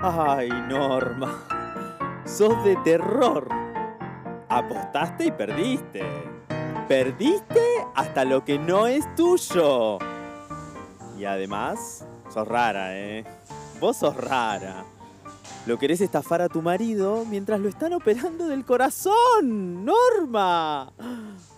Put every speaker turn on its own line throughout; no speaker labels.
Ay, Norma. Sos de terror. Apostaste y perdiste. Perdiste hasta lo que no es tuyo. Y además, sos rara, ¿eh? Vos sos rara. Lo querés estafar a tu marido mientras lo están operando del corazón. Norma.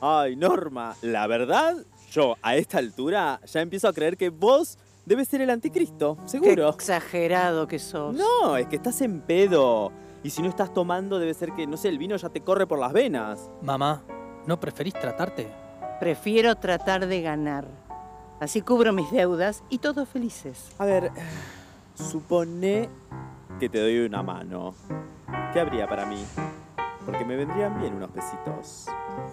Ay, Norma, la verdad, yo a esta altura ya empiezo a creer que vos debes ser el anticristo,
Qué
seguro.
exagerado que sos.
No, es que estás en pedo. Y si no estás tomando, debe ser que, no sé, el vino ya te corre por las venas.
Mamá, ¿no preferís tratarte?
Prefiero tratar de ganar. Así cubro mis deudas y todos felices.
A ver, eh, supone que te doy una mano. ¿Qué habría para mí? Porque me vendrían bien unos pesitos.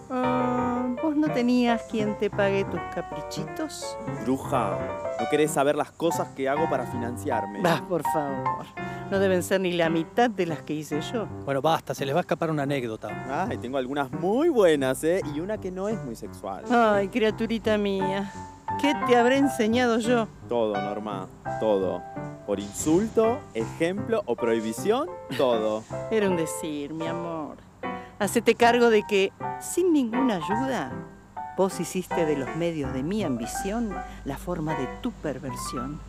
Ah, ¿Vos no tenías quien te pague tus caprichitos?
Bruja, no querés saber las cosas que hago para financiarme.
Bah, por favor. No deben ser ni la mitad de las que hice yo.
Bueno, basta, se les va a escapar una anécdota.
Ay, tengo algunas muy buenas, ¿eh? Y una que no es muy sexual.
Ay, criaturita mía. ¿Qué te habré enseñado yo?
Todo, Norma, todo. Por insulto, ejemplo o prohibición, todo.
Era un decir, mi amor. Hacete cargo de que, sin ninguna ayuda, vos hiciste de los medios de mi ambición la forma de tu perversión.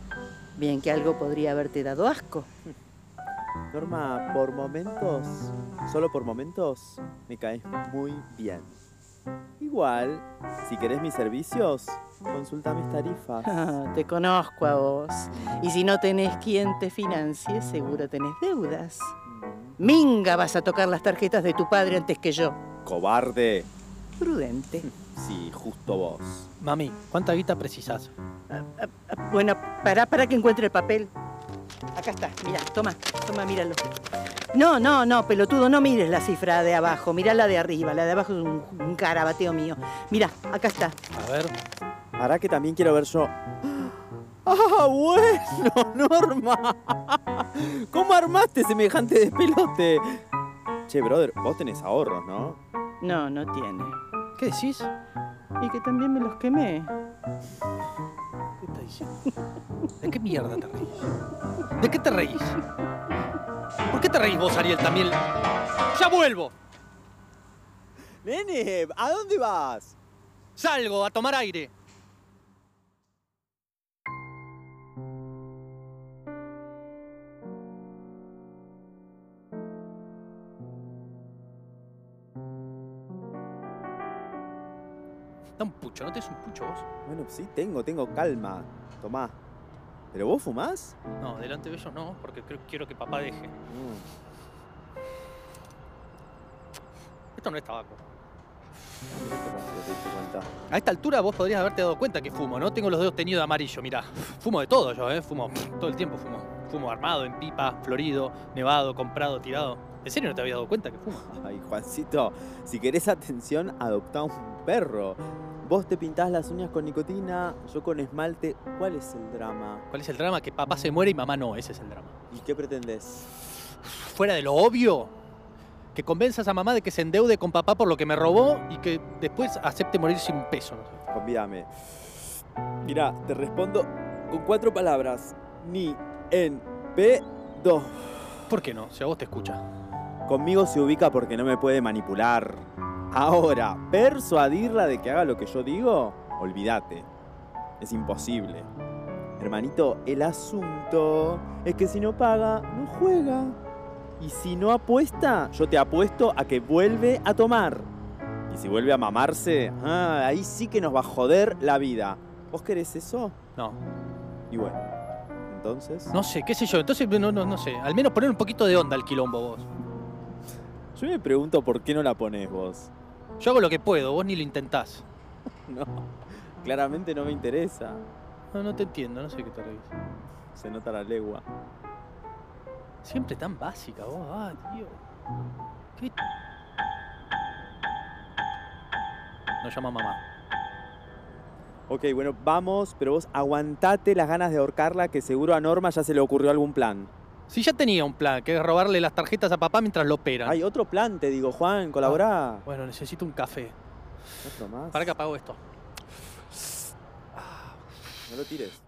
Bien que algo podría haberte dado asco.
Norma, por momentos, solo por momentos, me caes muy bien. Igual, si querés mis servicios, consulta mis tarifas.
Ah, te conozco a vos. Y si no tenés quien te financie, seguro tenés deudas.
Mm.
Minga vas a tocar las tarjetas de tu padre antes que yo.
Cobarde.
Prudente.
Sí, justo vos.
Mami, ¿cuánta guita precisás?
Bueno, pará, pará que encuentre el papel. Acá está, mirá, toma, toma, míralo. No, no, no, pelotudo, no mires la cifra de abajo, mirá la de arriba, la de abajo es un, un carabateo mío. Mirá, acá está.
A ver,
Ahora que también quiero ver yo. ¡Ah, bueno, Norma! ¿Cómo armaste semejante despelote? Che, brother, vos tenés ahorros, ¿no?
No, no tiene.
¿qué decís?
Y que también me los quemé.
¿Qué estás diciendo? ¿De qué mierda te reís? ¿De qué te reís? ¿Por qué te reís vos, Ariel, también? ¡Ya vuelvo!
Nene, ¿a dónde vas?
¡Salgo a tomar aire! Da un pucho, ¿no te es un pucho vos?
Bueno, sí, tengo, tengo calma. Tomá. ¿Pero vos fumás?
No, delante de ellos no, porque creo, quiero que papá deje.
Mm.
Esto no es tabaco.
Yo te diste cuenta.
A esta altura vos podrías haberte dado cuenta que fumo, ¿no? Tengo los dedos teñidos de amarillo, mirá. Fumo de todo yo, ¿eh? Fumo todo el tiempo, fumo. Fumo armado, en pipa, florido, nevado, comprado, tirado. ¿En serio no te había dado cuenta que fumo?
Ay, Juancito, si querés atención, adoptá un perro. Vos te pintás las uñas con nicotina, yo con esmalte. ¿Cuál es el drama?
¿Cuál es el drama? Que papá se muere y mamá no, ese es el drama.
¿Y qué pretendés?
Fuera de lo obvio, que convenzas a mamá de que se endeude con papá por lo que me robó y que después acepte morir sin un peso. ¿no?
Convídame. Mirá, te respondo con cuatro palabras. Ni en pedo.
¿Por qué no? Si a vos te escucha.
Conmigo se ubica porque no me puede manipular. Ahora, persuadirla de que haga lo que yo digo, olvídate. Es imposible. Hermanito, el asunto es que si no paga, no juega. Y si no apuesta, yo te apuesto a que vuelve a tomar. Y si vuelve a mamarse, ah, ahí sí que nos va a joder la vida. ¿Vos querés eso?
No,
Y bueno, entonces...
no sé, qué sé yo. Entonces, no, no, no sé. Al menos poner un poquito de onda al quilombo vos.
Yo me pregunto por qué no la pones vos.
Yo hago lo que puedo, vos ni lo intentás.
No, claramente no me interesa.
No, no te entiendo, no sé qué te reís.
Se nota la legua.
Siempre tan básica vos, ah, tío. ¿Qué? Nos llama mamá.
Ok, bueno, vamos, pero vos aguantate las ganas de ahorcarla, que seguro a Norma ya se le ocurrió algún plan.
Si ya tenía un plan, que es robarle las tarjetas a papá mientras lo operan.
Hay otro plan, te digo, Juan,
oh.
colaborá.
Bueno, necesito un café.
Otro más.
Ah. Para que apago esto.
No lo tires.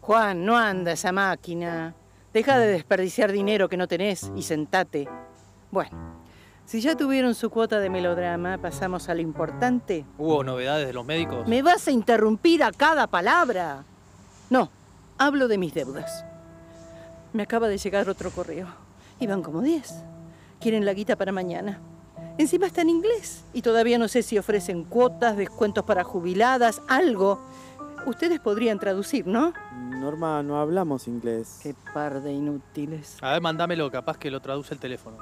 Juan, no anda esa máquina. Deja de desperdiciar dinero que no tenés y sentate. Bueno, si ya tuvieron su cuota de melodrama, pasamos a lo importante.
¿Hubo novedades de los médicos?
¿Me vas a interrumpir a cada palabra? No, hablo de mis deudas. Me acaba de llegar otro correo. Y van como 10. Quieren la guita para mañana. Encima está en inglés. Y todavía no sé si ofrecen cuotas, descuentos para jubiladas, algo. Ustedes podrían traducir, ¿no?
Norma, no hablamos inglés.
Qué par de inútiles.
A ver, mandámelo, capaz que lo traduce el teléfono.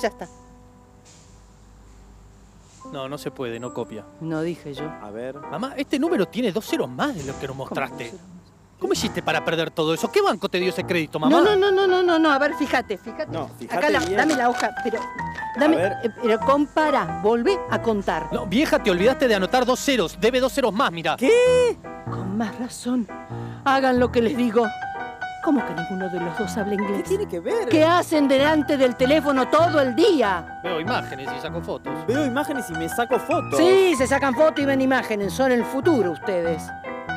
Ya está.
No, no se puede, no copia.
No dije yo.
A ver.
Mamá, este número tiene dos ceros más de lo que nos mostraste.
¿Cómo?
¿Cómo hiciste para perder todo eso? ¿Qué banco te dio ese crédito, mamá?
No, no, no, no, no, no, no. A ver, fíjate, fíjate.
No, fíjate
Acá la-
bien.
dame la hoja, pero. Dame,
A ver.
eh, pero compara, volvé a contar.
No, vieja, te olvidaste de anotar dos ceros. Debe dos ceros más, mira.
¿Qué?
Con más razón. Hagan lo que les digo. ¿Cómo que ninguno de los dos habla
¿Qué
inglés?
tiene que ver?
¿Qué hacen delante del teléfono todo el día?
Veo imágenes y saco fotos.
Veo imágenes y me saco fotos.
Sí, se sacan fotos y ven imágenes. Son el futuro ustedes.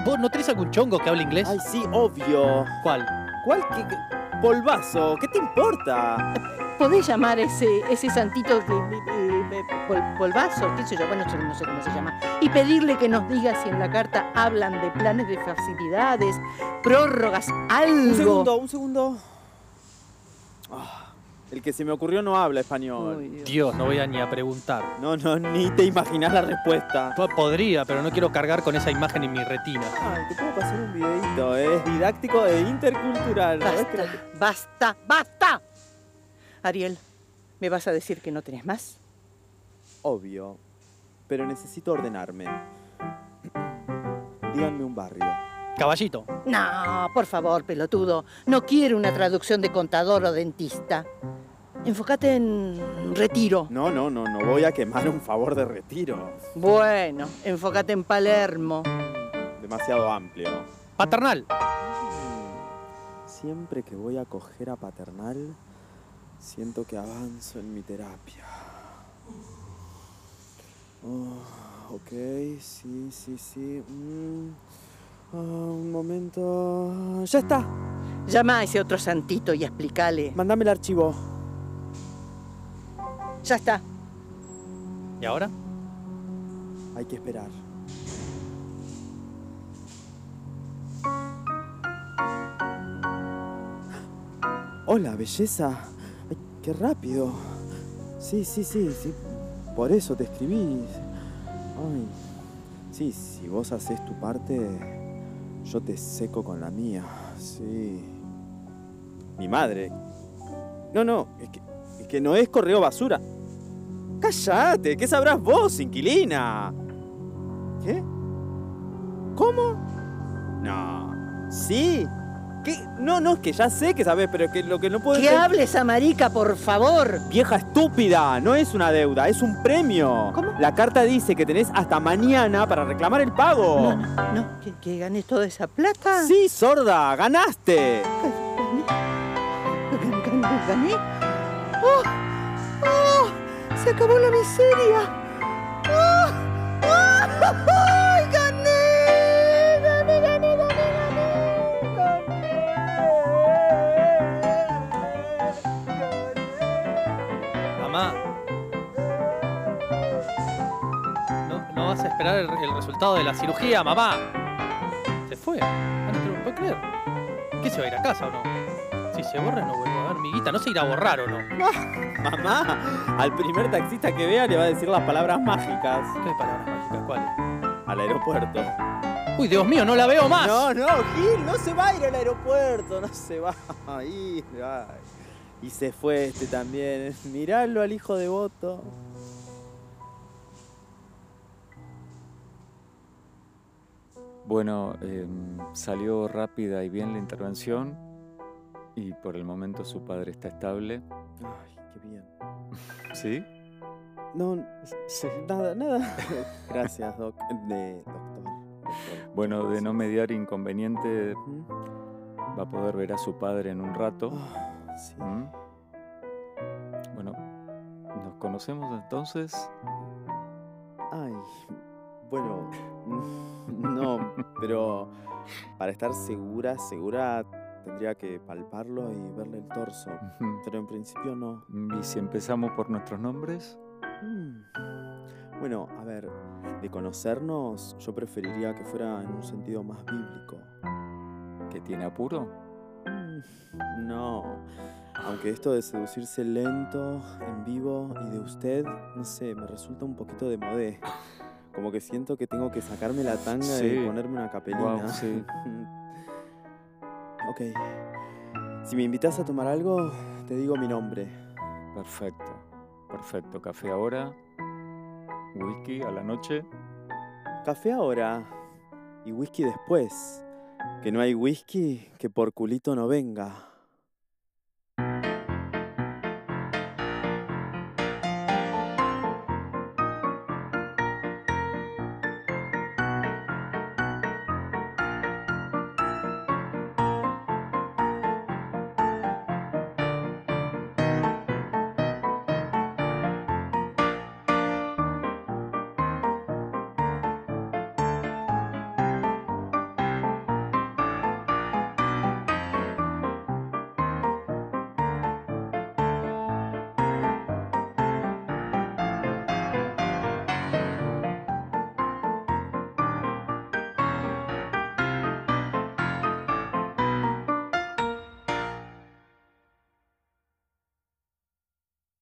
¿Vos no tenés algún chongo que hable inglés?
Ay, sí, obvio.
¿Cuál?
¿Cuál que que- polvazo? ¿Qué te importa?
¿Podés llamar ese, ese santito que, eh, eh, pol- polvazo? ¿Qué sé yo? Bueno, yo no sé cómo se llama. Y pedirle que nos diga si en la carta hablan de planes de facilidades, prórrogas, algo.
Un segundo, un segundo. Ah, el que se me ocurrió no habla español.
Uy, Dios.
Dios, no voy a ni a preguntar.
No, no, ni te imaginas la respuesta.
Po- Podría, pero no quiero cargar con esa imagen en mi retina.
Ay, te puedo pasar un videito. Es didáctico e intercultural. ¿sabes?
Basta, basta, basta. Ariel, ¿me vas a decir que no tenés más?
Obvio. Pero necesito ordenarme. Díganme un barrio.
Caballito.
No, por favor, pelotudo. No quiero una traducción de contador o dentista. Enfócate en retiro.
No, no, no, no voy a quemar un favor de retiro.
Bueno, enfócate en Palermo.
Demasiado amplio.
Paternal.
Siempre que voy a coger a paternal, siento que avanzo en mi terapia. Oh, ok, sí, sí, sí. mm. Ah, un momento. ¡Ya está!
Llama a ese otro santito y explicale.
Mandame el archivo.
Ya está.
¿Y ahora?
Hay que esperar. Hola, belleza. Ay, qué rápido. Sí, sí, sí, sí. Por eso te escribí. Ay. Sí, si vos haces tu parte, yo te seco con la mía. Sí. Mi madre. No, no, es que, es que no es correo basura. Cállate, ¿qué sabrás vos, inquilina? ¿Qué? ¿Cómo? No. Sí. ¿Qué? No, no, es que ya sé que sabés, pero es que lo que no puedo
Que
entender-
hable esa marica, por favor.
Vieja estúpida, no es una deuda, es un premio.
¿Cómo?
La carta dice que tenés hasta mañana para reclamar el pago.
No, no, no, que, que gané toda esa plata.
Sí, sorda, ganaste.
Gané. Gan- gan- gan- Gané. ¡Oh! ¡Oh! ¡Se acabó la miseria! ¡Oh! ¡Ay, gané! ¡Gané, gané, gané, gané!
Mamá. No, no vas a esperar el, el resultado de la cirugía, mamá. Se fue. Ah, No te lo puedo creer. ¿Qué se va a ir a casa o no? Si se borra no vuelvo a ver mi guita. ¿No se irá a borrar o no?
Mamá, al primer taxista que vea le va a decir las palabras mágicas
¿Qué palabras mágicas? ¿Cuáles?
al aeropuerto.
Uy, Dios mío, no la veo más.
No, no, Gil, no se va a ir al aeropuerto, no se va a ir. ay. Y se fue este también. Miralo al hijo de Boto.
Bueno, em, salió rápida y bien la intervención. Y por el momento su padre está estable.
Ay, qué bien.
¿Sí?
No, nada, nada. Gracias, doc. De, doctor. doctor.
Bueno, de no mediar inconveniente,
¿Mm?
va a poder ver a su padre en un rato.
Ah, sí.
¿Mm? Bueno, ¿nos conocemos entonces?
Ay, bueno, no, pero para estar segura, segura tendría que palparlo y verle el torso. Pero en principio no.
¿Y si empezamos por nuestros nombres?
Mm. Bueno, a ver, de conocernos yo preferiría que fuera en un sentido más bíblico.
¿Que tiene apuro?
Mm, No, aunque esto de seducirse lento, en vivo y de usted, no sé, me resulta un poquito de modé. Como que siento que tengo que sacarme la tanga
Sí.
y ponerme una capelina.
Guau, sí.
ok. Si me invitas a tomar algo, te digo mi nombre.
Perfecto, perfecto. Café ahora, whisky a la noche.
Café ahora y whisky después. Que no hay whisky que por culito no venga.